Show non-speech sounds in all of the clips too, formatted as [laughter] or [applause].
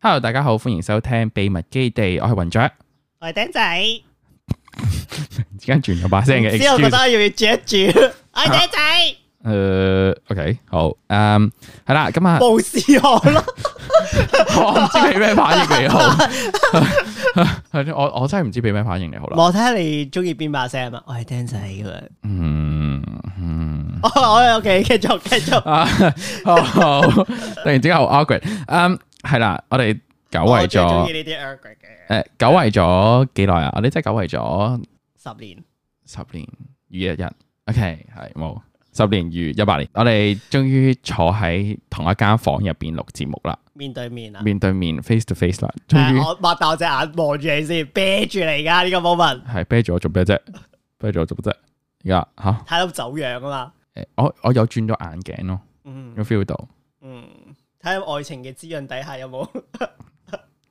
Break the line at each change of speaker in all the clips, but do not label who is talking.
Hello，大家好，歡迎收聽秘密基地，我係雲雀，
我係釘仔，
而家轉咗把聲嘅
之後覺
excuse，
得要唔要住一住？我係釘仔，
誒，OK，好，嗯，係啦，咁啊，
無視我咯，
我唔知俾咩反應你好，我我真係唔知俾咩反應你好啦，
我睇下你中意邊把聲啊嘛，我係釘仔咁樣，
嗯嗯。
我我 OK，繼續繼續，
啊，好，突然之間好 awkward。嗯，係啦，我哋久違
我最中意
咗，
呢啲 e r g
誒，
嘅
久違咗幾耐啊？我哋真係久違咗
十年，
十年與一日。OK，係冇十年與一百年。我哋終於坐喺同一間房入邊錄節目啦，
面對面啊，
面對面 face to face 啦，終
誒
於
我擘大我隻眼望住你先，啤住你而家呢個 moment，
係啤住我做咩啫？啤住我做咩啫？而家吓，
睇到走樣啊嘛，
誒我我有轉咗眼鏡咯，
嗯
有 feel 到。
嗯，睇下愛情嘅滋潤底下有冇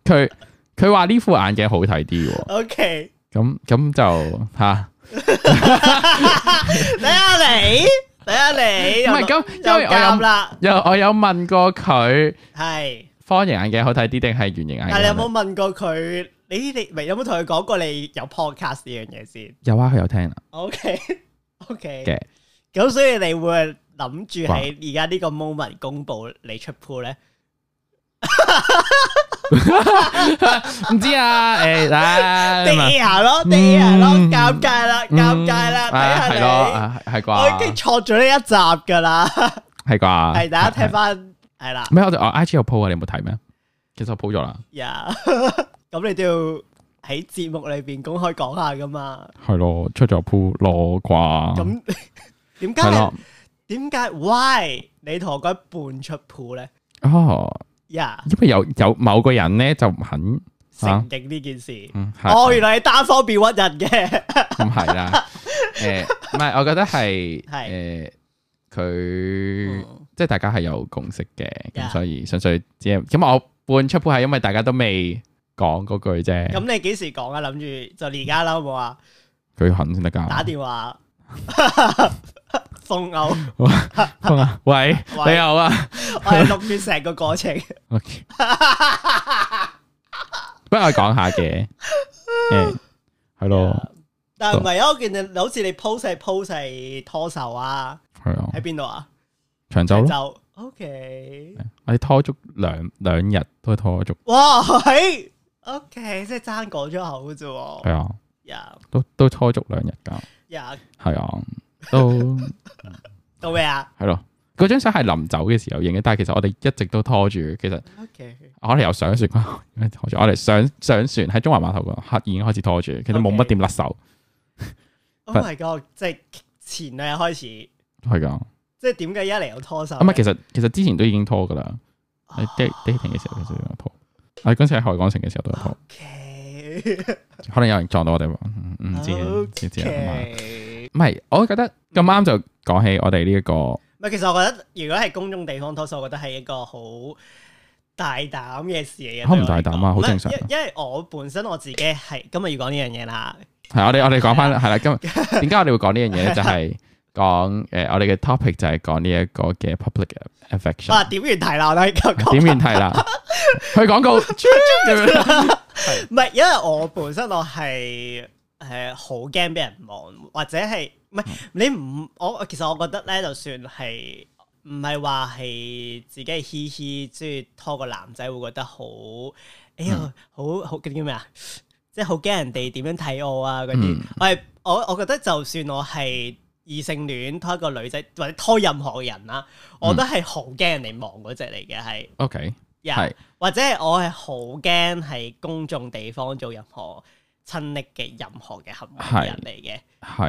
佢佢話呢副眼鏡好睇啲喎，
[laughs] OK，
咁咁就吓。
睇下你，睇下你，
唔係咁因為
又
我有
夾啦，
有我有問過佢
係。
方形眼鏡好睇啲定係圓形眼鏡？
但係你有冇問過佢？你你唔係有冇同佢講過你有 podcast 呢樣嘢先
有啊，佢有聽啊。
？OK [laughs] OK
嘅。
咁所以你會諗住喺而家呢個 moment 公佈你出 pool 咧？
唔知啊，誒
[laughs]
啊，
地
咁啊
air 咯，地 air 咯，
嗯
尷尬啦，
嗯
尷尬啦，
啊
睇
係咯，
下你。
啊係
我已經
啩，
錯咗呢一集㗎啦，
係啩，
係大家聽
係。
翻係啦
係咩？我哋我 I G 有 po 啊，你有冇睇咩？其實我 po 咗啦，
呀。 [laughs] 咁你都要喺節目裏邊公開講下㗎嘛？
係咯，出咗 po 咯啩， [laughs]
咁點
係
解
咯，
點解 why 你同我講半出 pool 咧？
哦，
呀！
因為有有某個人咧就唔肯，
承認呢件事。
嗯，啊係
哦，原來你單方面屈人嘅，
唔係
[laughs]
啦，誒，唔係，我覺得係誒
係
佢。
嗯
即係大家係有共識嘅，咁
Yeah.
所以純粹只係咁我半出鋪係因為大家都未講嗰句啫，
咁你幾時講啊？諗住就而家啦，好冇啊？
佢肯先得㗎。
打電話 [laughs] 送牛，我
通啊， [laughs] 喂，
喂
你好啊，
係錄住成個過程。
OK 不過我講下 [laughs] 嘅，誒係 [laughs] 咯，
但係唔係啊？我見你好似你 post 係 post 係拖手啊，
係啊
喺，邊度啊？
長洲咯，
就 OK，
我哋拖足兩兩日都拖足，
哇，喺 OK，即係爭講咗口啫喎。
係啊，
呀
都都拖足兩日㗎，
呀，
係啊， [laughs] 都。
到咩啊
係咯，嗰張相係臨走嘅時候影嘅，但係其實我哋一直都拖住。其實
？OK，
我哋由上船嗰刻已經拖住， [laughs] 我哋上上船喺中環碼頭嗰刻已經開始拖住，其實冇乜點甩手，
Oh my god！即係前兩日開始。
係噶。啊
即係點解一嚟有拖手？啊
唔係，其實其實之前都已經拖噶啦，喺 [sighs] date- dating 嘅時候其實都有拖，係嗰陣時喺海港城嘅時候都有拖，
OK，
可能有人撞到我哋，嗯唔知唔知知啊嘛。
OK
唔係，我覺得咁啱就講起我哋呢一個
唔係，其實我覺得如果係公眾地方拖手，我覺得係一個好大膽嘅事嚟嘅。
好唔大膽啊
對我嚟講
好正常啊
唔係因因為我本身我自己係今日要講呢樣嘢啦。
係我哋我哋講翻係啦，今日點解我哋會講呢樣嘢咧？就係講誒，我哋嘅 topic 就係講呢一個嘅 public affection。
啊，點完題啦，我哋講講
點面題啦，去廣告， [laughs]
唔係，因為我本身我係誒好驚俾人望，或者係唔
嗯
係你唔我其實我覺得咧，就算係唔係話係自己嘻嘻，即係拖個男仔會覺得好，哎
嗯
呀，好好叫咩啊？即係好驚人哋點樣睇我啊嗰啲
嗯。
我係我我覺得就算我係異性戀拖一個女仔，或者拖任何人啦，
嗯
我都係好驚人哋望嗰只嚟嘅係。
OK，
呀
係
或者係我係好驚喺公眾地方做任何親昵嘅任何嘅行為嘅人嚟嘅，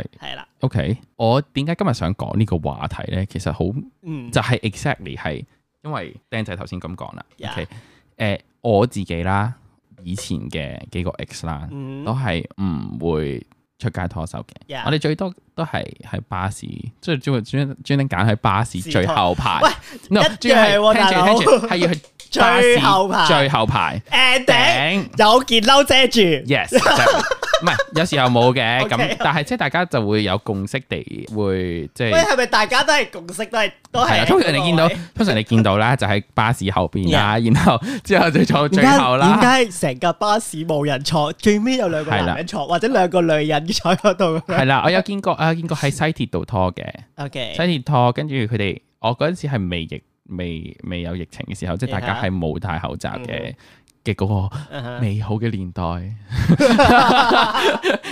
係
係啦，
OK。我點解今日想講呢個話題咧？其實好
嗯，
就係 exactly 係因為釘仔頭先咁講啦。
Yeah
OK，誒、我自己啦，以前嘅幾個 ex 啦，
嗯
都係唔會出街拖手嘅。
Yeah
我哋最多都係喺巴士，即係專專專登揀喺巴士
自
最
拖
後排。
喂
No，
一
主要係
樣喎
聽住
大佬
聽住，係要去巴士
最後排
最後排
ending
頂。
有件褸遮住，
Yes，exactly 唔係有時候冇嘅
[laughs] OK，
咁，但係即係大家就會有共識地會即
喂，
係
係咪大家都係共識都係都
係啦。啊
係？
通常你見到，通常你見到啦，就喺巴士後邊啦，然後之後就坐最後啦。
點解成架巴士冇人坐，最尾有兩個男人坐，或者兩個女人坐喺嗰度
係啦，我有見過啊，見過喺西鐵度拖嘅
？O
西
K，
鐵拖，跟住佢哋，我嗰陣時係未疫未未有疫情嘅時候，即係大家係冇戴口罩
嗯
嘅嘅嗰
啊
個美好嘅年
[laughs]
代。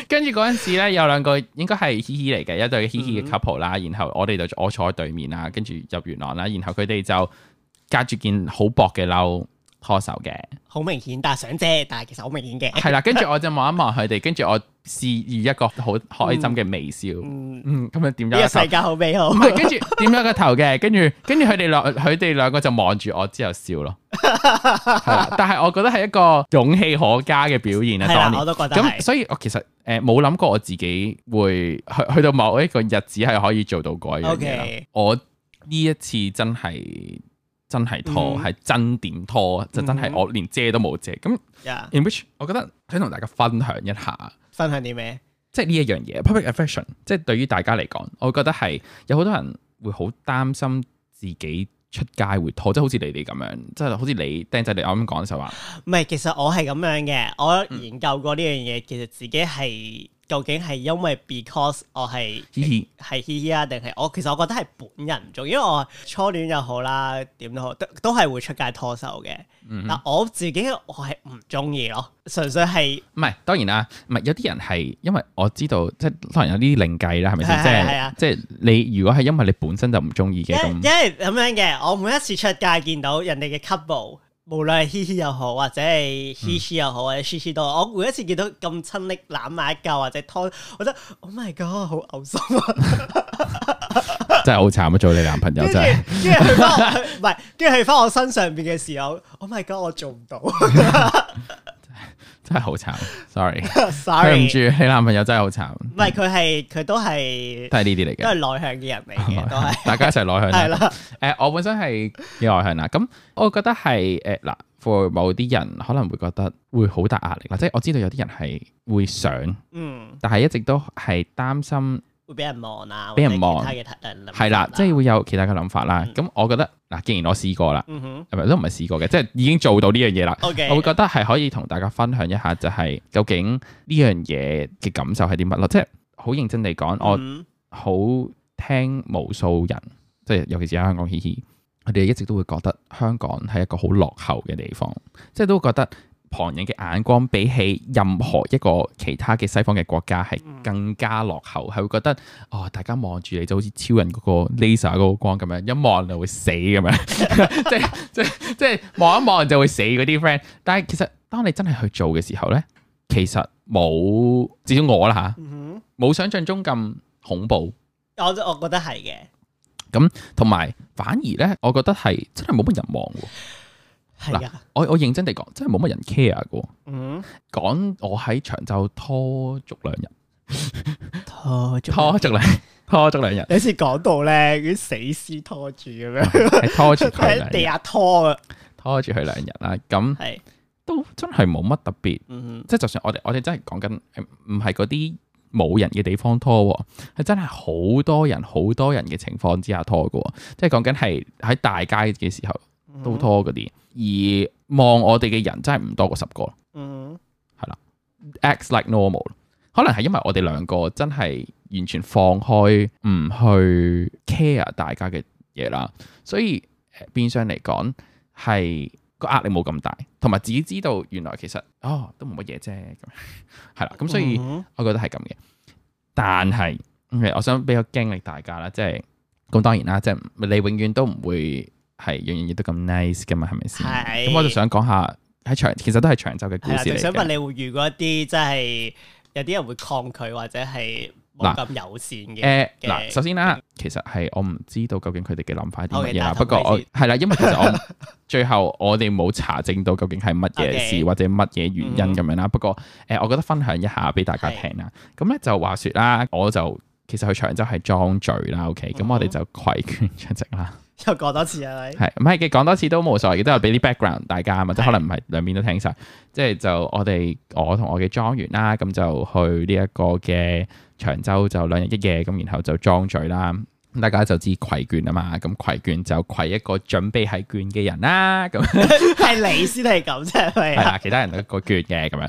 跟住嗰陣時咧，有兩個應該係嘻嘻嚟嘅，一對嘻嘻嘅
嗯
couple 啦，然後我哋就我坐喺對面啦，跟住入元朗啦，然後佢哋就隔住件好薄嘅褸拖手嘅。
好明顯，但係想遮，但係其實好明顯 [laughs] 嘅。
係啦，跟住我就望一望佢哋，跟住我示意一個好開心嘅微笑，
嗯，
嗯，咁樣點咗
呢
一
個
手
世界好美好
唔。係，跟住點咗個頭嘅，跟住跟住佢哋兩佢哋兩個就望住我之後笑
[laughs]
咯，係啦。但係我覺得係一個勇氣可嘉嘅表現啊，
係
當
啦，我
年。
都覺得
咁
係。
所以我其實誒冇諗過我自己會去去到某一個日子係可以做到嗰樣嘢啦
OK
我呢一次真係真係拖，
嗯
係、真點拖，啊就真係
嗯
我連遮都冇遮。咁
Yeah，
in which 我覺得想同大家分享一下。
分享啲咩？
即係呢一樣嘢，public affection，即係對於大家嚟講，我覺得係有好多人會好擔心自己出街會拖，即係好似你哋咁樣，即係好似你釘仔你啱啱講就
[laughs]
話，
唔係，其實我係咁樣嘅，我
嗯
研究過呢樣嘢，其實自己係究竟係因為 because 我係
嘻嘻，
係嘻嘻啊，定係我其實我覺得係本人唔中，因為我初戀又好啦，點都好，都都係會出街拖手嘅。
嗯哼
但我自己我係唔中意咯，純粹係
唔係當然啦，唔係有啲人係因為我知道，即係當然有啲另計啦，係咪先？
係係
即
係啊
係即係你如果係因為你本身就唔中意
因
嘅
為因
咁，
為咁樣嘅，我每一次出街見到人哋嘅 couple，無論係嘻嘻又好，或者
嗯
係嘻嘻又好，或者嘻嘻都好，我每一次見到咁親昵攬埋一嚿或者拖，我覺得 Oh my God，好嘔心啊！
真係好慘啊！做你男朋友
跟住
真係，
跟住去翻我唔係，跟住去翻我身上邊嘅時候，Oh my God，我做唔到 [laughs]
真係好慘，sorry，對唔
，sorry，
住你男朋友真係好慘，
唔係佢係佢都係
都係呢啲嚟嘅
都係。內向嘅人嚟嘅，都係
大家一齊攞向啦
係啦，
誒、我本身係幾外向啦，啊咁我覺得係誒嗱，for 某啲人可能會覺得會好大壓力啦，即係我知道有啲人係會想，
嗯，
但係一直都係擔心
會俾人望啊，
俾人望
或者其他嘅人諗啊
係啦，即係會有其他嘅諗法啦
嗯。
咁、我覺得嗱，既然我試過啦，
嗯哼
係咪都唔係試過嘅，即係已經做到呢樣嘢啦。
，OK，
我會覺得係可以同大家分享一下，就係究竟呢樣嘢嘅感受係啲乜咯？即係好認真地講，我
嗯
好聽無數人，即係尤其是喺香港，嘻嘻，佢哋一直都會覺得香港係一個好落後嘅地方，即係都覺得旁人嘅眼光比起任何一個其他嘅西方嘅國家係更加落後，係會覺得哦，大家望住你就好似超人嗰個 laser 嗰個光咁樣，一望就會死咁樣， [laughs] 即係即係即係望一望就會死嗰啲 friend。但係其實當你真係去做嘅時候咧，其實冇至少我啦嚇。
嗯哼。
冇想象中咁恐怖，
我我覺得係嘅，
同埋反而咧，我覺得係真係冇乜人望喎。
係啊，
我我認真地講，真係冇乜人 care 嘅喎。
嗯，
講我喺長洲拖足兩日，
拖住
拖足兩 [laughs] 拖足兩日，
有次講到咧，啲死屍拖住咁樣，
係拖住佢
喺 [laughs] 地
[laughs] 兩日，
下拖啊，
拖住佢兩日啦。咁
係，
都真係冇乜特別，
嗯，
即係就算我哋我哋真係講緊誒唔係嗰啲冇人嘅地方拖喎，係真係好多人好多人嘅情況之下拖嘅喎，即係講緊係喺大街嘅時候。都拖嗰啲，而望我哋嘅人真係唔多過十個
嗯，
，acts like normal。可能係因為我哋兩個真係完全放開，唔去 care 大家嘅嘢啦，所以呃變相嚟講係個壓力冇咁大，同埋自己知道原來其實哦都冇乜嘢啫，咁 [laughs] 係啦，咁所以。
嗯
我覺得係咁嘅。但係，OK，我想俾個經歷大家啦，即係咁當然啦，即係你永遠都唔會係樣樣嘢都咁 nice 噶嘛，係咪先？
係
咁我就想講下喺長，其實都係長洲嘅故
係啦，
事
就
嚟
想問
嘅。
你會遇過一啲即係有啲人會抗拒或者係冇咁友善嘅，
誒
嘅
嗱，首先啦，其實係我唔知道究竟佢哋嘅諗法係啲乜嘢啦。
OK，
不過我
但係
係啦，因為其實
[laughs]
我最後我哋冇查證到究竟係乜嘢
OK 嗯
事或者乜嘢原因咁樣啦。不過誒，我覺得分享一下俾大家聽啦。咁咧就話説啦，我就其實去長洲係裝醉啦，OK，咁我哋
嗯哼
就攜拳出席啦。
[laughs] 又講多
[laughs]
次啊你，
係唔係嘅講多次都冇所謂嘅，都係俾啲 background 大家啊嘛，即係
係
可能唔係兩邊都聽晒。即係就我哋我同我嘅莊園啦，咁就去呢一個嘅長洲就兩日一夜，咁然後就裝嘴啦。咁大家就知攜眷啊嘛，咁攜眷就攜一個準備係眷嘅人啦，咁
係啊你先係咁啫，係咪
係
啊？
啦，其他人都個決嘅咁樣。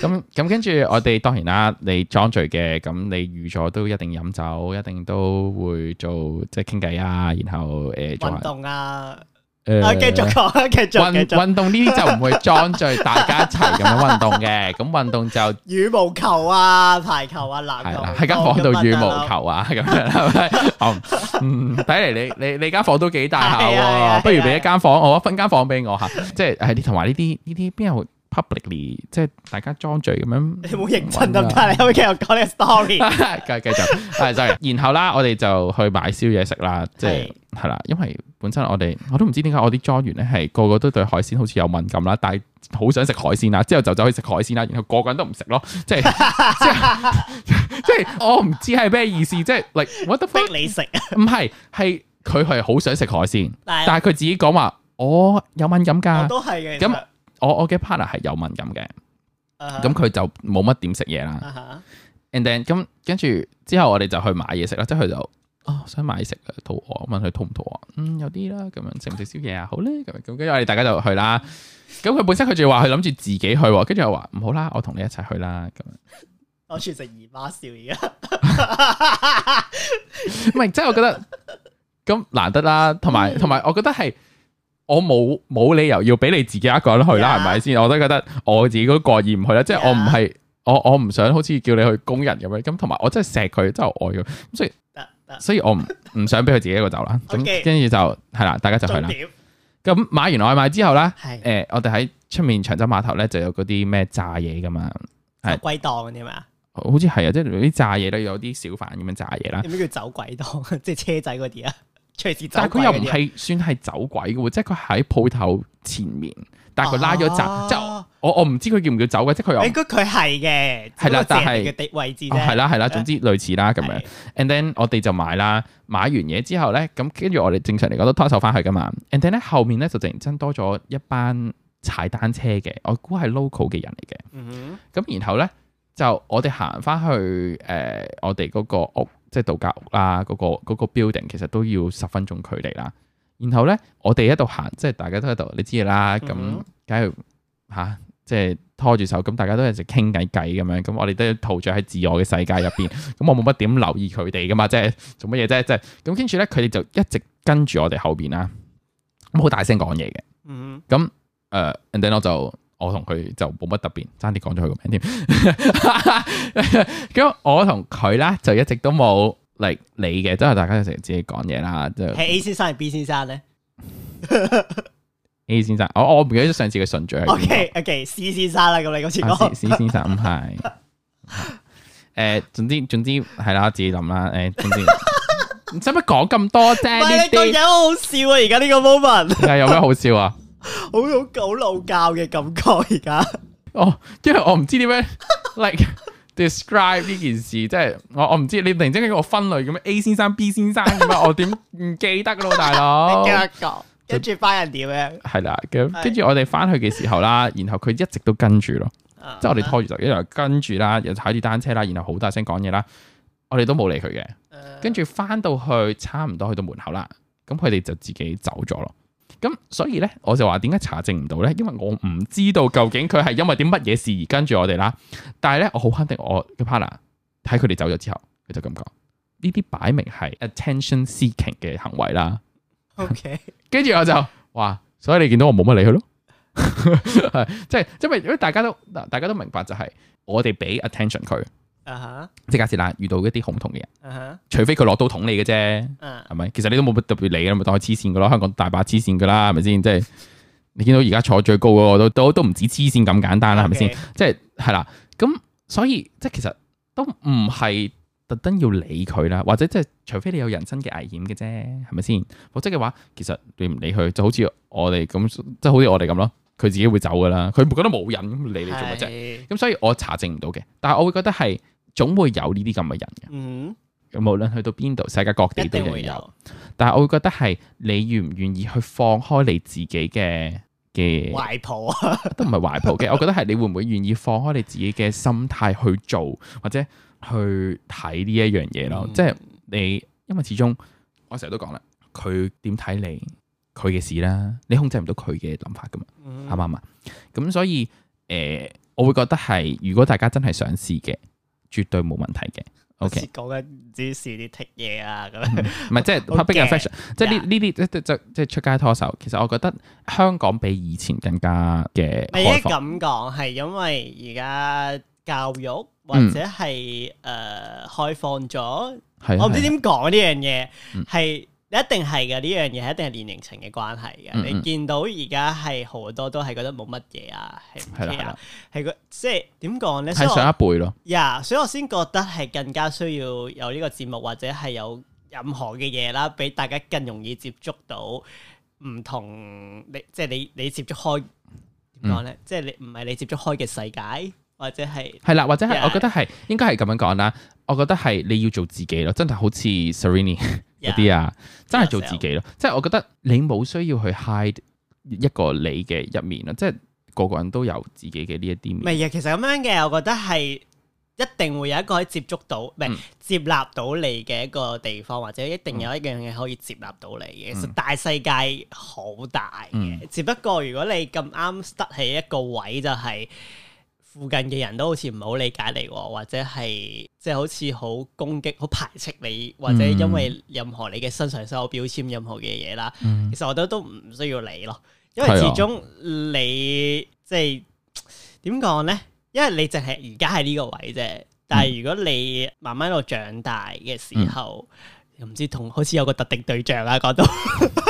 咁咁跟住我哋當然啦，你裝醉嘅，咁你預咗都一定飲酒，一定都會做即係傾偈啊，然後誒、呃、做
運
下呃
動啊，
誒
啊繼續講啊，繼續
運
繼續，
運動呢啲就唔會裝醉，大家一齊咁樣運動嘅。咁運動就係
羽毛球啊、排球啊、籃球
啦
啊，
喺間房
都
度
不得
羽
啦
毛球啊咁樣啦，係咪？ [laughs] 哦嗯，睇嚟你你你間房都幾大下
係啊係
喎，
啊
不如俾一間房我，分間房俾我嚇。即係係同埋呢啲呢啲邊有 publicly 即係大家裝醉咁樣。
你冇認真啊
啊
得唔得？你可唔可以繼續講呢個 story？
[laughs] 繼繼續，係 sorry。然後啦，我哋就去買宵夜食啦，即係係啦，因為本身我哋我都唔知點解我啲莊園咧係個個都對海鮮好似有敏感啦，但係好想食海鮮啦，之後就走去食海鮮啦，然後個個人都唔食咯，即係即係即係我唔知係咩意思，即係 like
[laughs]
what the fuck？
逼你食，啊
唔係係佢係好想食海鮮，
但係
[laughs] 但係佢自己講話我有敏感
我
㗎，
都係嘅。
咁我我嘅 partner 係有敏感嘅，咁啊
咁
佢就冇乜點食嘢啦。and
啊
then 咁跟住之後，我哋就去買嘢食啦，即係佢就哦想買嘢食啊，肚餓，問佢肚唔肚餓？嗯，有啲啦，咁樣食唔食宵夜啊？好咧，咁樣咁跟住我哋大家就去啦。咁佢本身佢仲話佢諗住自己去喎，跟住我話唔好啦，我同你一齊去啦。咁樣
我全食姨媽笑而家，
[laughs] 唔係，即係我覺得咁難得啦，同埋同埋我覺得係。我冇冇理由要俾你自己一個人去啦，係咪先？我都覺得我自己都過意唔去啦，即係我唔係我我唔想好似叫你去工人咁樣，咁同埋我真係錫佢，真係愛佢，咁所以
得得
所以我
[laughs]
唔唔想俾佢自己一個走啦。咁
OK
跟住就係啦，大家就去
重
啦。
點
咁買完外賣之後咧，誒、
係
我哋喺出面長洲碼頭咧就有嗰啲咩炸嘢噶嘛，係
走鬼檔嗰啊啲嘛？
好似係啊，即係啲炸嘢咧有啲小販咁樣炸嘢啦。
有咩叫走鬼檔？ [laughs] 即係車仔嗰啲啊，隨時走
但係
鬼
佢又
嗰
唔
啲啊。
係算係走鬼嘅喎，即係佢喺鋪頭前面，但係佢拉咗閘，
哦
即係我我唔知佢叫唔叫走鬼，即係佢又
應該佢係嘅，
係啦
只不過借
但係
人哋嘅地位置
哦
啫。
係啦係啦，總之類似啦咁樣
係。。
and then 我哋就買啦，買完嘢之後咧，咁跟住我哋正常嚟講都拖手翻去噶嘛。and then 咧後面咧就突然間多咗一班踩單車嘅，我估係 local 嘅人嚟嘅。
嗯
咁然後咧就我哋行翻去誒、呃我哋嗰個屋，即係度假屋啦，嗰、個嗰個 building 其實都要十分鐘距離啦。然後咧我哋喺度行，即係大家都喺度，你知嘅啦，咁
嗯
梗係嚇。即係拖住手，咁大家都係直傾偈偈咁樣，咁我哋都要陶醉喺自我嘅世界入邊，咁我冇乜點留意佢哋噶嘛，即係做乜嘢啫？即係咁跟住咧，佢哋就一直跟住我哋後邊啦，咁好大聲講嘢嘅，
哼嗯
咁誒、呃 and then 我就我同佢就冇乜特別，爭啲講咗佢個名添， [laughs] 咁我同佢咧就一直都冇嚟理嘅，即係大家就成日自己講嘢啦，即
哼，
係
係 A 先生定 B 先生咧
A 先生，我我唔記得咗上次嘅順序係邊個
？OK OK，C 先生啦，咁你今次
嗯啊
講
施施先生唔係。 [laughs] 誒，總之總之係啦，自己諗啦。誒，總
[laughs]
之唔使乜講咁多啫。
唔係
呢
你個
啲
樣好好笑啊！而家呢個 moment，
係有咩好笑啊？
好好好老教嘅感覺而家。
哦，因為我唔知點樣 [laughs] like describe 呢件事，即係我我唔知你突然之間叫我分類咁樣 A 先生、B 先生咁樣，我點唔記得噶咯，大佬
你。繼續講，跟住班人點啊樣？
係啦，咁
係
跟住我哋翻去嘅時候啦，然後佢一直都跟住咯。即係我哋拖住就一路跟住啦，又踩住單車啦，然後好大聲講嘢啦，我哋都冇理佢嘅。跟住翻到去差唔多去到門口啦，咁佢哋就自己走咗咯。咁所以咧，我就話點解查證唔到咧？因為我唔知道究竟佢係因為啲乜嘢事而跟住我哋啦。但係咧，我好肯定我嘅 partner 喺佢哋走咗之後，佢就咁講：呢啲擺明係 attention seeking 嘅行為啦。
OK，
跟住我就哇，所以你見到我冇乜理佢咯， [laughs] 係即係因為因為大家都大家都明白就係、我哋俾 attention 佢，
啊哈，
即係假設啦，遇到一啲恐同嘅人，
啊哈，
除非佢攞刀捅你嘅啫，
嗯
係咪？其實你都冇乜特別理嘅，咪當佢黐線噶咯，香港大把黐線噶啦，係咪先？即係你見到而家坐最高嗰個都都都唔止黐線咁簡單啊啦，係咪先？即係係啦，咁所以即係其實都唔係特登要理佢啦，或者即係除非你有人身嘅危險嘅啫，係咪先？否則嘅話，其實你唔理佢，就好似我哋咁，即係好似我哋咁咯，佢自己會走噶啦，佢覺得冇人咁理你做乜啫？
啫？
咁所以我查證唔到嘅，但係我會覺得係總會有呢啲咁嘅人嘅，
嗯，
無論去到邊度，世界各地
一
都
定
有
會
有。
有
但係我會覺得係你願唔願意去放開你自己嘅嘅，
懷抱啊，
都唔係懷抱嘅。我覺得係你會唔會願意放開你自己嘅心態去做，或者去睇呢一樣嘢咯？
嗯
即係你，因為始終我成日都講啦，佢點睇你，佢嘅事啦，你控制唔到佢嘅諗法噶嘛。
嗯
啱唔啱啊？咁所以誒、呃我會覺得係，如果大家真係想試嘅，絕對冇問題嘅。O K，
講緊唔知試啲剔嘢啊咁 [laughs] 樣，
唔係即係 public
好
affection，即係呢
Yeah
呢啲即即即即係出街拖手。其實我覺得香港比以前更加嘅
你一
開放，
咁講係因為而家教育或者係誒開放咗。
嗯係啊
我唔知
係啊嗯
點講呢樣嘢，係一定係嘅呢樣嘢，一定係年齡層嘅關係嘅。
嗯嗯
你見到而家係好多都係覺得冇乜嘢啊，係
係啦
唔 care
係
啊
啦，
係個即係點講咧？所以
係上一
我
輩咯。
呀，所以我先覺得係更加需要有呢個節目或者係有任何嘅嘢啦，俾大家更容易接觸到唔同你即係你你接觸開點講咧？即係你唔係你接觸開嘅世界，或者係
係啦，或者係
Yeah
我覺得係應該係咁樣講啦。我覺得係你要做自己咯，真係好似 Serrini 嗰啲啊，真係做自己咯。即係我覺得你冇需要去 hide 一個你嘅一面咯，即係個個人都有自己嘅呢一啲
唔
面。
係啊，其實咁樣嘅，我覺得係一定會有一個可以接觸到，唔係、
嗯
接納到你嘅一個地方，或者一定有一樣嘢可以接納到你嘅。其實大世界好大嘅，
嗯
只不過如果你咁啱得喺一個位，就係、附近嘅人都好似唔好理解你喎，或者係即係好似好攻擊、好排斥你，或
嗯
者因為任何你嘅身上所有標籤、任何嘅嘢啦，
嗯
其實我覺得都唔需要理咯，因為
係啊
始終你即係點講咧？因為你淨係而家喺呢個位啫，但
嗯
係如果你慢慢喺度長大嘅時候，
嗯
又唔知同好似有個特定對象啦，講到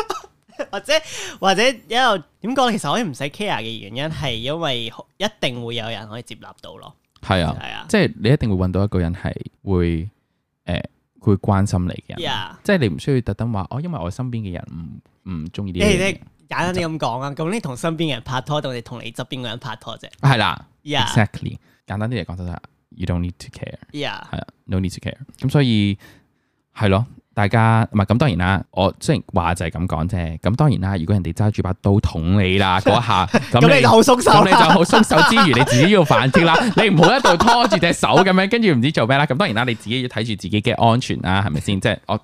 [laughs] 或者或者一路點講呢？其實可以唔使 care 嘅原因係因為一定會有人可以接納到咯，
係啊。
係啊
即係你一定會揾到一個人係會誒、呃會關心你嘅人，
，yeah。
即係你唔需要特登話哦，因為我身邊嘅人唔唔中意呢
你
啲嘢
哋，簡單啲咁講啊，咁你同身邊嘅人拍拖，定係同你側啊邊嘅人拍拖啫
係啦
Yeah
，exactly。簡單啲嚟講就係 you don't need to care，
？yeah，
係啊，no need to care。咁所以係咯，大家唔係咁當然啦。我雖然話就係咁講啫，咁當然啦。如果人哋揸住把刀捅你啦嗰下，咁
[laughs] 咁你就好鬆手
咁你就
啦。
好鬆手之餘，你自己要反擊啦。你唔好一度拖住隻手咁樣，跟住唔知做咩啦。咁當然啦，你自己要睇住自己嘅安全啦，係咪先？即係我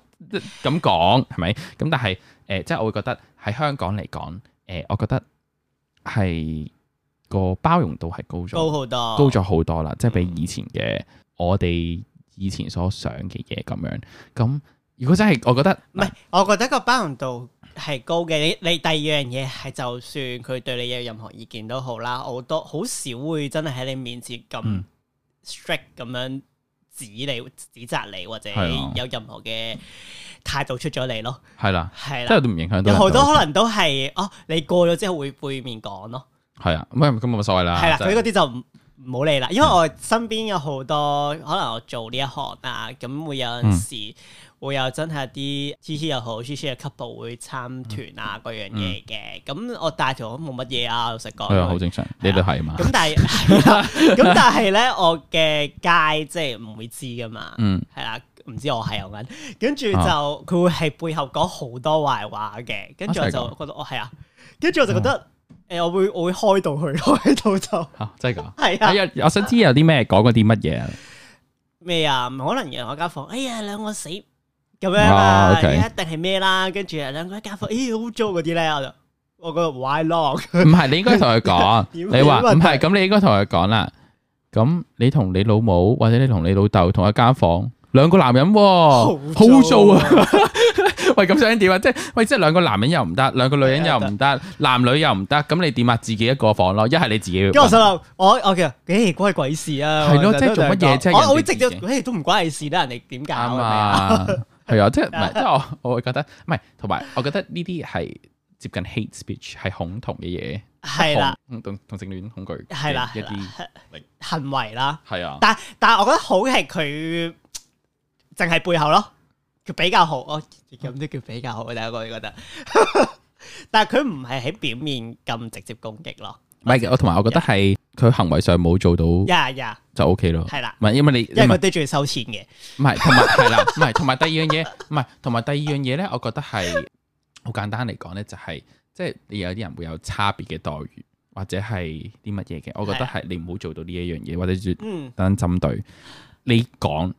咁講係咪？咁但係誒、呃即係我會覺得喺香港嚟講，誒、呃我覺得係個包容度係高
高嗯
咗，
好多，
高咗好多啦。即係比以前嘅我哋以前所想嘅嘢咁樣。咁如果真係，我覺得
唔係，我覺得個包容度係高嘅。你你第二樣嘢係，就算佢對你有任何意見都好啦，我都好少會真係喺你面前咁
嗯
strict 咁樣指你、指責你，或者
係啊
有任何嘅態度出咗嚟咯。
係啦，
係
即
啦
係，都唔影響到
有
人
好多
哋
可能都係哦，你過咗之後會背面講咯。
係啊，唔係咁冇所謂啦。
係啦，
真係
佢嗰啲就唔唔好理啦，因為我身邊有好多可能我做呢一行啊，咁會有
嗯
陣時會有真係啲 T T 又好，T T 嘅 couple 會
嗯
參團啊嗰樣嘢嘅，咁我帶團都冇乜嘢啊，老實講。
係啊，好正常，你都係嘛。
咁但係
[laughs]
[laughs] 係啦咁但係咧，我嘅街即係唔會知噶嘛，
嗯。啊
係啦，唔知我係有緊，跟住就佢會係背後講好多壞話嘅，跟住我
啊真係嗯
就
咁
覺得我係啊，跟住我就覺得誒，我會我會開到佢， [laughs] 開到就
吓、真系噶？
係啊
[laughs] 哎。呀，我想知有啲咩講過啲乜嘢
[laughs]
啊？
咩啊？唔可能有人我間房，哎呀兩個死咁樣啊，
啊，OK
一定係咩啦？跟住啊兩個一間房，咦好污糟嗰啲咧，我就我覺得 Ờ, why not？
唔係你應該同佢講，
點
你話
點啊
唔係咁，你應該同佢講啦。咁你同你老母或者你同你老豆同一間房，兩個男人喎、好污糟
[laughs]
啊！！ [laughs] 喂，咁想點啊？即係喂，即係兩個男人又唔得，兩個女人又唔得，男女又唔得，咁你點啊？自己一個房咯，一係你自己
跟住我心諗，我我其實，誒關你鬼事啊！
係咯
我就
即係做乜嘢啫
我我會
人
直
哋
接，
自己
誒都唔關你事啦，人哋點搞
啱
啊？
啊，係
[laughs]
啊，即係唔係？即係我我會覺得唔係，同埋我覺得呢啲係接近 hate speech 係恐同嘅嘢，
係啦，
恐同同性戀恐懼嘅
係啦，
一
係
啲
啦，
力
行為啦。
係啊，
但但係我覺得好嘅係佢淨係背後咯，佢比較好，我咁都叫比較好嘅。第一個你覺 [laughs] 得，但係佢唔係喺表面咁直接攻擊咯。
唔係，我同埋我覺得係佢行為上冇做到
呀呀，
就 O K 咯。
係啦，
唔係因為你
因為
因為
佢都仲要收錢嘅，
唔係，同埋 [laughs] 係啦，唔係同埋第二樣嘢，唔係同埋第二樣嘢咧，我覺得係好簡單嚟講咧，就係即係你有啲人會有差別嘅待遇，或者係啲乜嘢嘅。我覺得係你唔好做到呢一樣嘢，或者要
嗯，
等陣針對你講，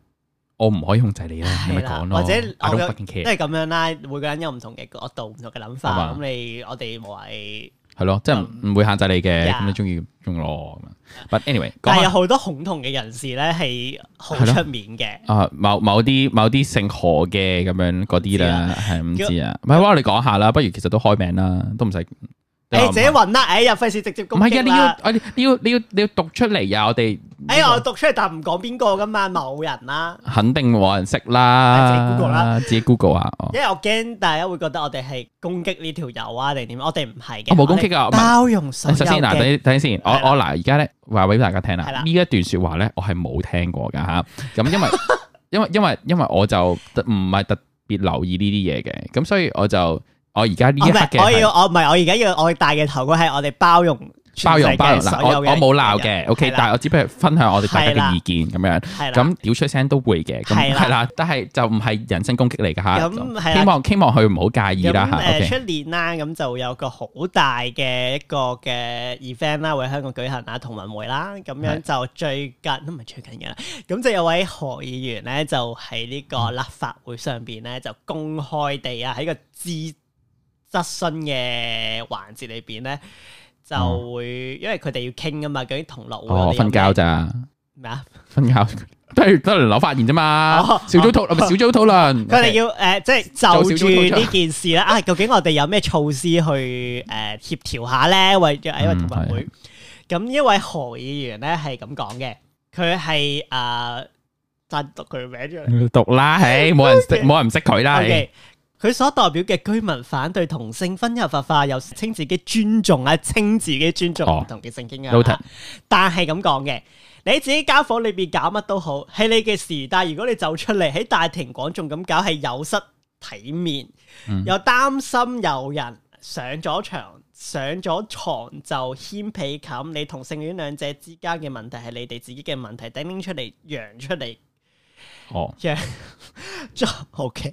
我唔可以控制你啦，你咪
係啦
講咯。
或者
I
我
don't
有
fucking
都
care，
係咁樣啦。每個人有唔同嘅角度、唔同嘅諗
係嘛
法，咁你我哋無謂，
係咯，即係唔唔會限制你嘅，
Yeah
咁你中意用咯咁樣。But anyway，講
但係有
下
好多恐同嘅人士咧係好
係咯
出面嘅，
啊，某某啲某啲姓何嘅咁樣嗰啲啦，係唔知啊，唔係，我哋講下啦，不如其實都開名啦，都唔使。
誒自己揾啦，誒又費事直接
唔
攻
係啊！
擊
你要
啦。
我哋你要你要你要讀出嚟啊！我哋
哎，我讀出嚟但唔講邊個噶嘛，某人啦，
肯定冇人識啦，
自己 Google 啦，
自己 Google 啊！哦
因為我驚大家會覺得我哋係攻擊呢條友啊定點，我哋唔係嘅，
我冇攻擊㗎
我
唔
哋
係
包容所
首
有
先嗱，等
嘅，
等陣先，我
係啦
我嗱而家咧話俾大家聽啦，
係啦
呢一段説話咧，我係冇聽過㗎吓。咁
[laughs]
因為因為因為因為我就唔係特別留意呢啲嘢嘅，咁所以我就我而家呢
哦
一
唔
刻
係，我
嘅
要
係
我唔係我而家要我戴嘅頭盔係我哋包容全
包
世
容
界
包容
所
嗱，
有
我
嘅
我冇鬧
人
嘅，OK，
係啦
但係我只不過分享我哋大
係
家
啦
嘅意見咁樣。
係啦。
咁屌出聲都會嘅，咁
係啦
係啦，但係就唔係人身攻擊嚟㗎嚇。
咁係啦
希望希望佢唔好介意啦
咁呃
嚇。OK
誒出年啦，咁就會有個好大嘅一個嘅 event 啦，會喺香港舉行啦，同運會啦，咁樣就最近都唔係最近嘅啦，咁就有位何議員咧，就喺呢個
嗯
立法會上邊咧，就公開地啊喺個資質詢嘅環節裏邊咧，就會因為佢哋要傾噶嘛，究竟同樂會
嗯哦
我，哋有
瞓
咩
覺 [laughs] 咋，
咩啊？
瞓覺都係都係輪流發言啫嘛
哦。
小組討唔係小組討論，
佢哋要誒、呃即係
做少
就
少
住呢件事啦。啊，究竟我哋有咩措施去誒、呃、協調下咧？為咗
嗯
因為同盟會，咁呢位何議員咧係咁講嘅，佢係誒真讀佢名出嚟。
要讀
[laughs]
啦，唉，冇人識
Okay
冇人唔識佢啦。唉
O.K. 佢所代表嘅居民反對同性婚姻合法化，又稱自己尊重啊，稱自己尊重
哦
唔同嘅性傾向
Noted
啊。但係咁講嘅，你自己間房裏邊搞乜都好，係你嘅事。但係如果你走出嚟喺大庭廣眾咁搞，係有失體面，
嗯
又擔心有人上咗床。上咗床就掀被冚，你同性戀兩者之間嘅問題係你哋自己嘅問題，頂拎出嚟揚出嚟
哦
揚 [laughs] ，OK。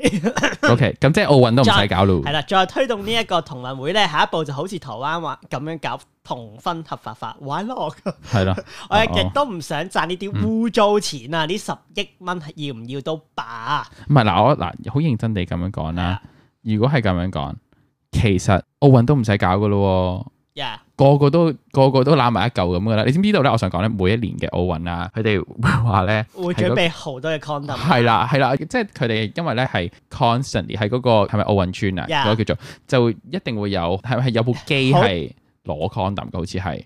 ，OK，咁即係奧運都唔使搞咯
系。啦，再推動呢一個同運會咧，下一步就好似台灣話咁樣搞同婚合法化，
[laughs]
玩咯！
係啦，
我
哦嗯
亦都唔想賺呢啲污糟錢啊！呢十億蚊要唔要都罷啊！
唔係嗱，我嗱好認真地咁樣講啦。如果係咁樣講，其實奧運都唔使搞噶咯喎。
呀，
個個都個個都攬埋一嚿咁噶啦，你知唔知道咧？我想講咧，每一年嘅奧運啊，佢哋會話咧係
會
嗰
準備好多嘅 condom，啊
係啦，係啦，即係佢哋因為咧係 constantly 喺嗰個係咪奧運村啊
Yeah
嗰個叫做，就一定會有係咪係有部機
好
係攞 condom 嘅，好似係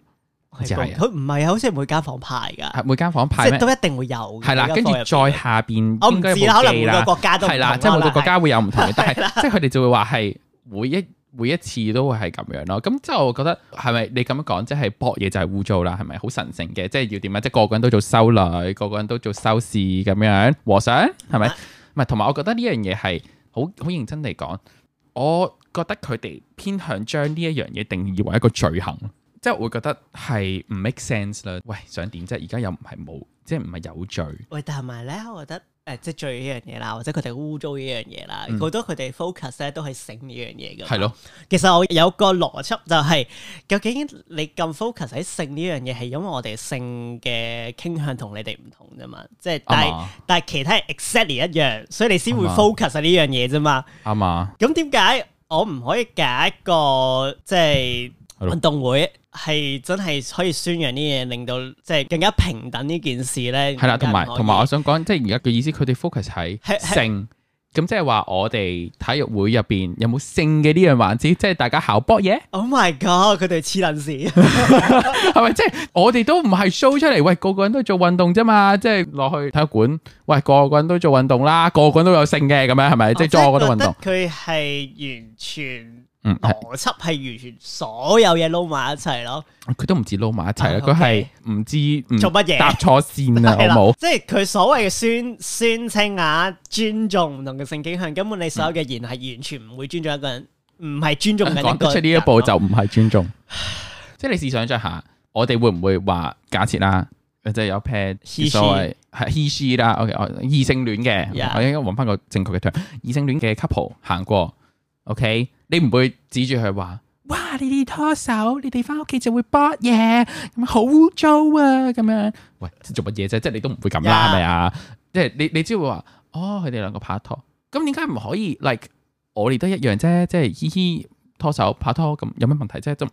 好似係啊
佢唔係啊，好似係每間房派㗎，
係每間房派
即係
咩？
都一定會有嘅。
係啦，
每
跟
間
住
房入邊
再下邊
我唔
應該有
知啦，可
部
能
機
每個
啦，
國家都唔
係啦，
同
即係每個國
可能係
家會有唔同嘅，但係即係佢哋就會話係每一每一次都會係咁樣咯。咁之後我覺得係咪你咁樣講，即係博嘢就係污糟啦，係咪好神聖嘅？即係要點啊？即係個個人都做修女，個個人都做修士咁樣，和尚係咪？
啊
唔係，同埋我覺得呢樣嘢係好好認真地講，我覺得佢哋偏向將呢一樣嘢定義為一個罪行，即係我會覺得係唔 make sense 啦。喂，想點啫？而家又唔係冇，即係唔係有罪。
喂，但係埋咧，我覺得誒、即係最呢樣嘢啦，或者佢哋污糟呢樣嘢啦，
嗯
好多佢哋 focus 咧都係性呢樣嘢㗎嘛。
係咯，
其實我有個邏輯就係、究竟你咁 focus 喺性呢樣嘢係因為我哋性嘅傾向同你哋唔同啫嘛，即係但
啱
係
啊，
但係其他係 exactly 一樣，所以你先會
啱啊
focus 喺呢樣嘢啫嘛。
啱啊，
咁點解我唔可以揀一個即係
係咯
運動會係真係可以宣揚呢樣嘢，令到即係更加平等呢件事咧？
係啦，同埋
更加唔可以
同埋，我想講，即係而家嘅意思，佢哋 focus 喺
係係
性。咁即係話我哋體育會入邊有冇性嘅呢樣環節？即係大家考博嘢， [laughs]
Oh my god！佢哋黐撚線，
係咪？即係我哋都唔係 show 出嚟，喂，個個人都做運動啫嘛，即係落去體育館，喂，個個人都做運動啦，個個人都有性嘅，咁樣係咪？即係做我
我
嗰
真
啲
哦係
運動，
覺得佢哦係完全。
嗯，係
邏輯係完全所有嘢撈埋一齊咯，
佢都唔知撈埋一齊啦，
啊
佢係唔知唔
做乜嘢
搭錯線啊，
[laughs] 係啦
好冇？
即係佢所謂嘅宣宣稱啊，尊重唔同嘅性傾向，根本你所有嘅言係完全唔會尊重一個人，唔係尊重緊一個
講
人。
[sighs] 得出呢一步就唔係尊重。即係你試想像下，我哋會唔會話假設啦，即係有一 pair
He-she
所謂係 he she 啦，OK，我異性戀嘅
Yeah
我應該揾翻個正確嘅 term，異性戀嘅 couple 行過，OK，你唔會指住佢話。哇！你哋拖手，你哋翻屋企就會搏嘢，咁好污糟啊！咁樣，喂，做乜嘢啫？即係你都唔會咁啦，
Yeah
係咪啊？即係你你只會話，哦，佢哋兩個拍拖，咁點解唔可以？like 我哋都一樣啫，即係嘻嘻拖手拍拖，咁有咩問題啫？即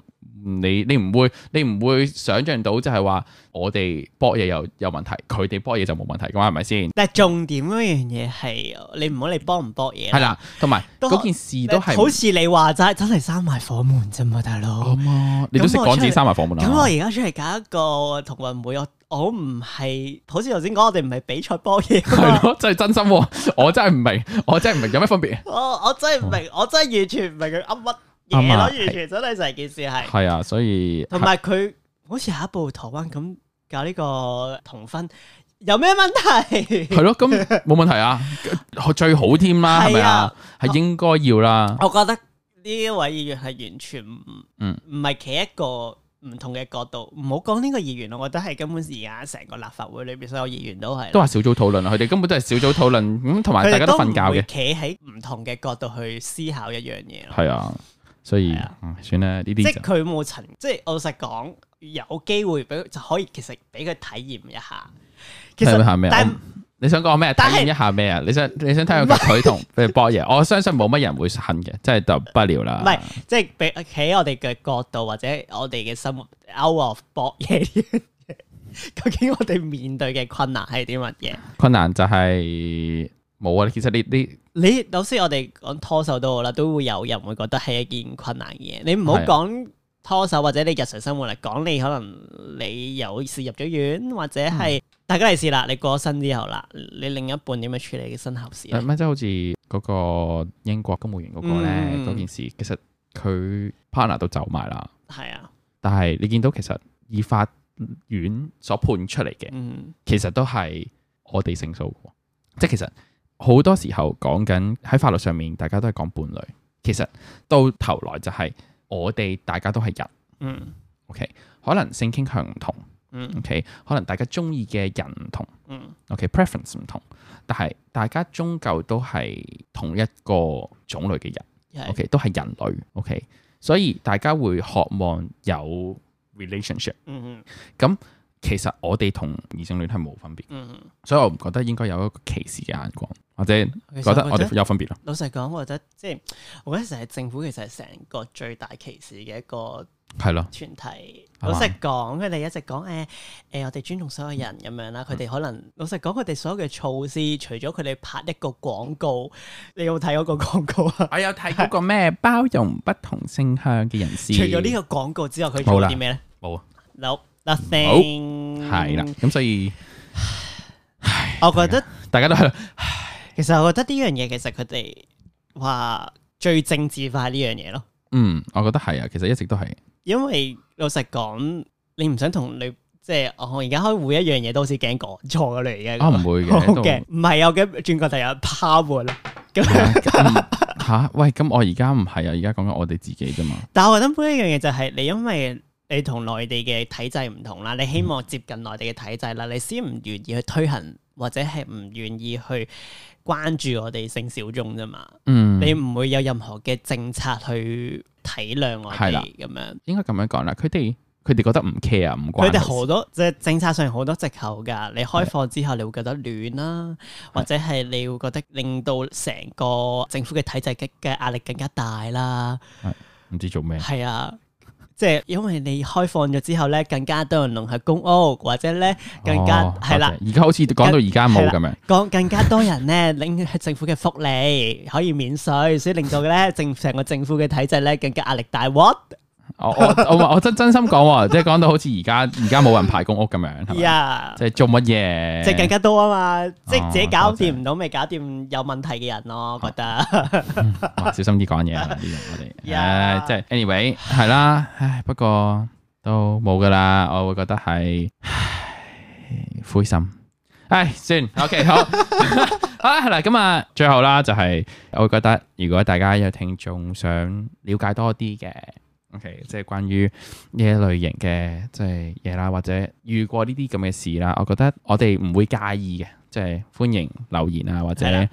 嗯你你唔會你唔會想象到就係話我哋搏嘢有有問題，佢哋搏嘢就冇問題噶嘛，係咪先？
但係重點嗰樣嘢係你唔好理幫唔幫嘢啦
係，啦，同埋
都
嗰件事都係
好似你話齋，真係閂埋房門啫嘛，大佬。
啱啊！你都識
咁我
講自己
出嚟
閂埋房門啦。啊
咁我而家出嚟搞一個同運會，我我唔係好似頭先講，我哋唔係比賽波嘢㗎嘛
係咯，真係真心喎，我真係唔明，我真係唔明有咩分別？
我我真係唔明，我真係完全唔明佢噏乜
哦啱
嘢
啊
咯，完全真係成件事係。
係啊，所以
同埋佢好似下一步台灣咁搞呢個同婚，有咩問
[laughs]
題？
係咯，咁冇問題啊，最好添啦，係咪啊？係應該要啦，
我覺得呢位議員係完全唔
嗯
唔係企一個唔同嘅角度，唔好講呢個議員啦，我覺得係根本而家成個立法會裏邊所有議員都係啦
都。係小組討論啊，佢哋根本都係小組討論，咁同埋大家都瞓覺嘅。
企喺唔同嘅角度去思考一樣嘢咯。
係啊，所以
係啊
嗯算啦，呢
即
啲
係
就
佢冇曾，即係老實講，有機會俾就可以，其實俾佢體驗一下。其
睇
實
下咩啊。
但
我你想講咩？體
但係
驗一下咩啊？你想你想睇下佢同佢博嘢？我相信冇乜人會恨嘅，真係就不了啦。
唔係，即係俾企喺我哋嘅角度或者我哋嘅生活 out of 博嘢呢樣嘢，究竟我哋面對嘅困難係啲乜嘢？
困難就係冇啊。其實你你
你首先我哋講拖手都好啦，都會有人會覺得係一件困難嘅嘢。你唔好
係啊
講拖手或者你日常生活嚟講，你可能你有事入咗院，或者
嗯
係、大家嚟試啦，你過咗身之後啦，你另一半點樣處理嘅身後事呢？
誒咩即係好似嗰個英國公務員嗰個咧
嗯
嗰件事，其實佢 partner 都走埋啦，
係啊，
但係你見到其實以法院所判出嚟嘅。
嗯，
其實都係我哋勝訴嘅喎，即係其實好多時候講緊喺法律上面，大家都係講伴侶。其實到頭來就係我哋大家都係人
嗯，
，OK？可能性傾向唔同
嗯，
，OK？可能大家中意嘅人唔同
嗯，
，OK？preference 唔同，但係大家終究都係同一個種類嘅人。
係
OK，都係人類，OK，所以大家會渴望有 relationship。
嗯
咁其實我哋同異性戀係冇分別，
嗯
所以我唔覺得應該有一個歧視嘅眼光，或者
嗯，
覺得我
其實
哋有分別咯。
老實講，我覺得即係我覺得成日政府其實係成個最大歧視嘅一個
係咯，
團體，
係嘛
老實講，佢哋一直講誒誒，我哋尊重所有人咁樣啦。佢哋可能老實講，佢哋所有嘅措施，除咗佢哋拍一個廣告，你有冇睇嗰個廣告啊？
我有睇嗰個咩包容不同性向嘅人士，
除咗呢個廣告之外，佢
冇
做
啦
咗啲咩咧
冇啊，
？No nothing。
係啦，咁所以
我覺得
大家都係
其實我覺得呢樣嘢其實佢哋話最政治化呢樣嘢咯，
嗯，我覺得係啊，其實一直都 [laughs] 係
因為老實講，你唔想同你。即係我而家開會一樣嘢都好似驚講錯嘅嚟嘅，
啊，唔會 [laughs] 嘅，
好
都
嘅，唔係有嘅，轉角就有拋門啦。咁，
嗯
[laughs]
吓喂，咁我而家唔係啊，而家講緊我哋自己啫嘛，
但係我覺得每一樣嘢就係你，因為你同內地嘅體制唔同啦，你希望接近內地嘅體制啦，你先唔願意去推行，或者係唔願意去關注我哋性小眾啫嘛。
嗯，
你唔會有任何嘅政策去體諒我
係
哋
啦
咁樣。
應該咁樣講啦，佢哋佢哋覺得唔 care 啊唔關佢
佢哋
事，
好多即係政策上好多藉口㗎。你開放之後，你會覺得亂啦，或者係你會覺得令到成個政府嘅體制嘅嘅壓力更加大啦。
唔知做咩，
係啊，即係因為你開放咗之後咧，更加多人籠合公屋，或者咧更加
哦
係啦，
多謝而家好似講到而家冇咁樣，
講更加多 [laughs] 人咧領政府嘅福利可以免税，所以令到咧政成個政府嘅體制咧更加壓力大鑊。
我我我我真真心講喎，即係講到好似而家而家冇人排公屋咁樣，係咪？
呀
即係做乜嘢？
即係更加多啊嘛，即係自己搞
多謝
掂唔到，咪搞掂有問題嘅人咯，覺得
哇小心啲講嘢啊！呢啲我哋
Yeah
唉，即係 anyway 係啦，唉，不過都冇噶啦，我會覺得係唉灰心。唉，算 OK 好， [laughs] 好啦，係啦，咁啊，最後啦，就係我會覺得，如果大家有聽眾想了解多啲嘅， OK，即係關於呢一類型嘅即係嘢啦，或者遇過呢啲咁嘅事啦，我覺得我哋唔會介意嘅，即係歡迎留言啊，或
係
者
啦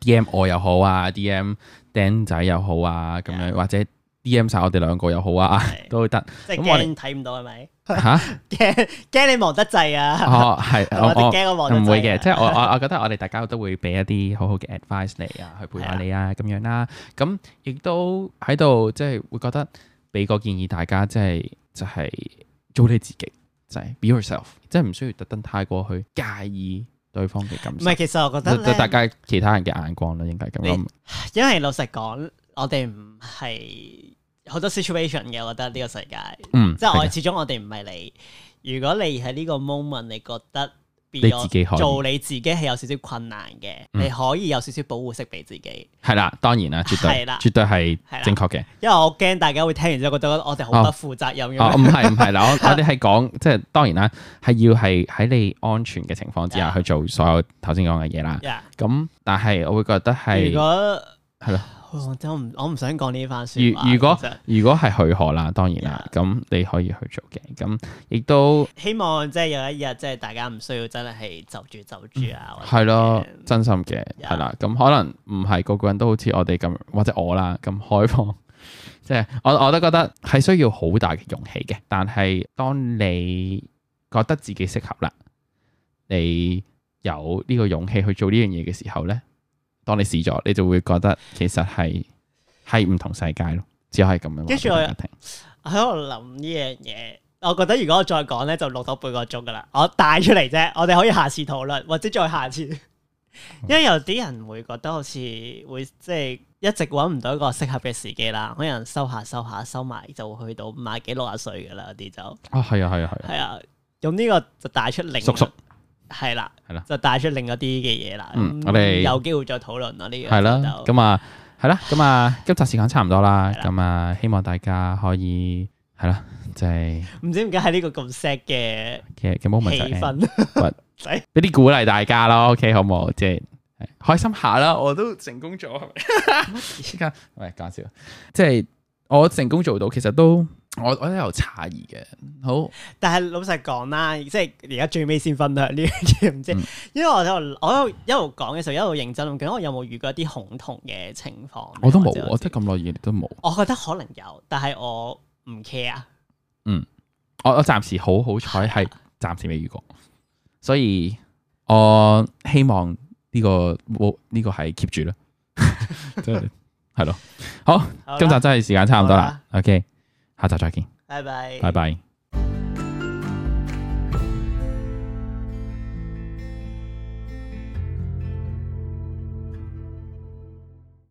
D.M 我又好啊，D.M 釘仔又好啊，咁樣或者 D.M 晒我哋兩個又好啊，[laughs]
係
都
[laughs]
得
即係
咁我哋
驚睇唔到係咪？ [laughs]
吓。
驚驚你忙得滯啊！ [laughs]
哦，係
我哋驚我
我
望
我
得
唔會嘅，
滯啊
即係我我我覺得我哋大家都會俾一啲好好嘅 advice 你啊，去陪下你啊咁樣啦。咁亦都喺度即係會覺得俾個建議大家，即係就係做你自己，就係 be yourself，即係唔需要特登太過去介意對方嘅感
唔
受
係，，其實我覺得
即係大
咧，
家其他人嘅眼光啦，應該咁
你
諗。
因為老實講，我哋唔係好多 situation 嘅，我覺得呢個世界。
嗯，
即係我
係嘅
始終我哋唔係你。如果你喺呢個 moment，你覺得你
你自己可以
做你自己係有少少困難嘅，
嗯
你可以有少少保護色俾自己。
係啦，當然啦，絕對
係啦
絕對係
係啦
正確嘅。
因為我驚大家會聽完之後覺得我哋好不負責任咁
哦，
樣。
唔係
[laughs]
唔係嗱，我我哋係講即係當然啦，係要係喺你安全嘅情況之下
Yeah.
去做所有頭先講嘅嘢啦。
Yeah，
咁但係我會覺得啊係
如果
係咯，
我真唔我唔想講呢番説話。
如如果
其實
如果係許可啦，當然啦，咁你可以去做嘅。咁亦都
希望即係有一日即係大家唔需要真係就住就住啊。或
係
者
咯，真心嘅
Yeah.
係啦。咁可能唔係個個人都好似我哋咁，或者我啦咁開放。 [laughs] 即係我我都覺得係需要好大嘅勇氣嘅，但係當你覺得自己適合啦，你有呢個勇氣去做呢樣嘢嘅時候咧，當你試咗，你就會覺得其實係係唔同世界咯，只可以咁樣話
跟住
俾
我
大家聽。
我喺度諗呢樣嘢，我覺得如果我再講咧，就錄到半個鐘噶啦。我帶出嚟啫，我哋可以下次討論，或者再下次。
嗯
因為有啲人會覺得好似會即係一直揾唔到一個適合嘅時機啦，可能收下收下收埋就會去到五廿幾六廿歲噶啦，有啲就
啊，係啊，係啊，係啊，
係啊。咁呢個就帶出另
叔叔
係啦，
係啦
就帶出另一啲嘅嘢啦。
嗯
咁
我哋
有機會再討論啦呢樣
係啦
就，
咁啊，係啦，咁
[laughs]
啊，今集時間差唔多啦，
係啦
咁啊，希望大家可以係啦，就係
唔知點解喺呢個咁 sad 嘅
嘅嘅 moment 就
氣
end
氛，
but
仔
俾啲鼓勵大家咯，OK 好冇？即係係開心下啦，我都成功咗，
[laughs]
係咪？喂，講笑，即係我成功做到，其實都我我都有詫異嘅，好
但係老實講啦，即係而家最尾先分享呢樣嘢， [laughs] 唔知，
嗯
因為我喺度我喺度一路講嘅時候，一路認真諗緊，我有冇遇過一啲恐同嘅情況？
我都冇
或者，
我即係咁耐以嚟都冇，
我覺得可能有，但係我唔 care。
我我暫時好好
[laughs]
彩係暫時未遇過，所以我希望呢個冇呢個係 keep
[laughs]
住啦，即係係咯，好，
好啦
今集真係時間差唔多
好
啦
啦
，OK，下集再見，
拜拜，
拜。拜。